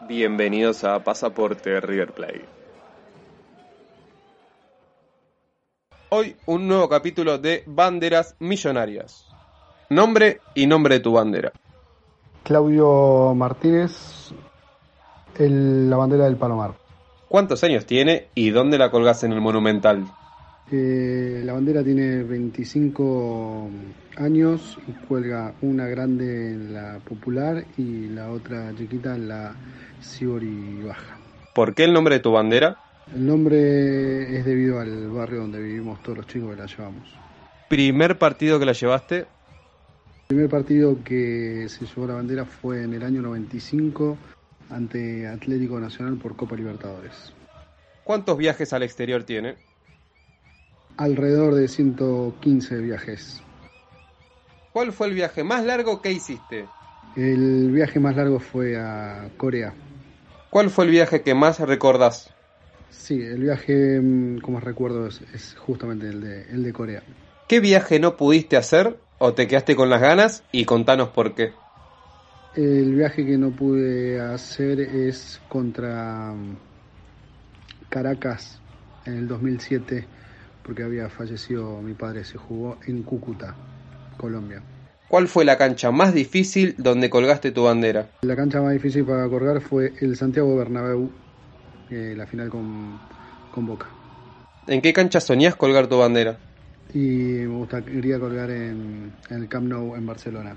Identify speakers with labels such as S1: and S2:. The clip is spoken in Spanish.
S1: Bienvenidos a Pasaporte River Play. Hoy un nuevo capítulo de Banderas Millonarias. Nombre y nombre de tu bandera.
S2: Claudio Martínez, el- la bandera del Palomar.
S1: ¿Cuántos años tiene y dónde la colgás en el Monumental?
S2: Eh, la bandera tiene 25 años y cuelga una grande en la popular y la otra chiquita en la Sibori Baja.
S1: ¿Por qué el nombre de tu bandera?
S2: El nombre es debido al barrio donde vivimos todos los chicos que la llevamos.
S1: Primer partido que la llevaste,
S2: El primer partido que se llevó la bandera fue en el año 95 ante Atlético Nacional por Copa Libertadores.
S1: ¿cuántos viajes al exterior tiene?
S2: Alrededor de 115 viajes
S1: ¿Cuál fue el viaje más largo que hiciste?
S2: El viaje más largo fue a Corea.
S1: ¿Cuál fue el viaje que más recordás?
S2: Sí, el viaje, mm, como recuerdo, es, es justamente el de, el de Corea.
S1: ¿Qué viaje no pudiste hacer o te quedaste con las ganas y contanos por qué?
S2: El viaje que no pude hacer es contra mm, Caracas en el 2007, porque había fallecido mi padre. Se jugó en Cúcuta, Colombia.
S1: ¿Cuál fue la cancha más difícil donde colgaste tu bandera?
S2: La cancha más difícil para colgar fue el Santiago Bernabéu, eh, la final con, con Boca.
S1: ¿En qué cancha soñás colgar tu bandera?
S2: Y me gustaría colgar en, en el Camp Nou en Barcelona.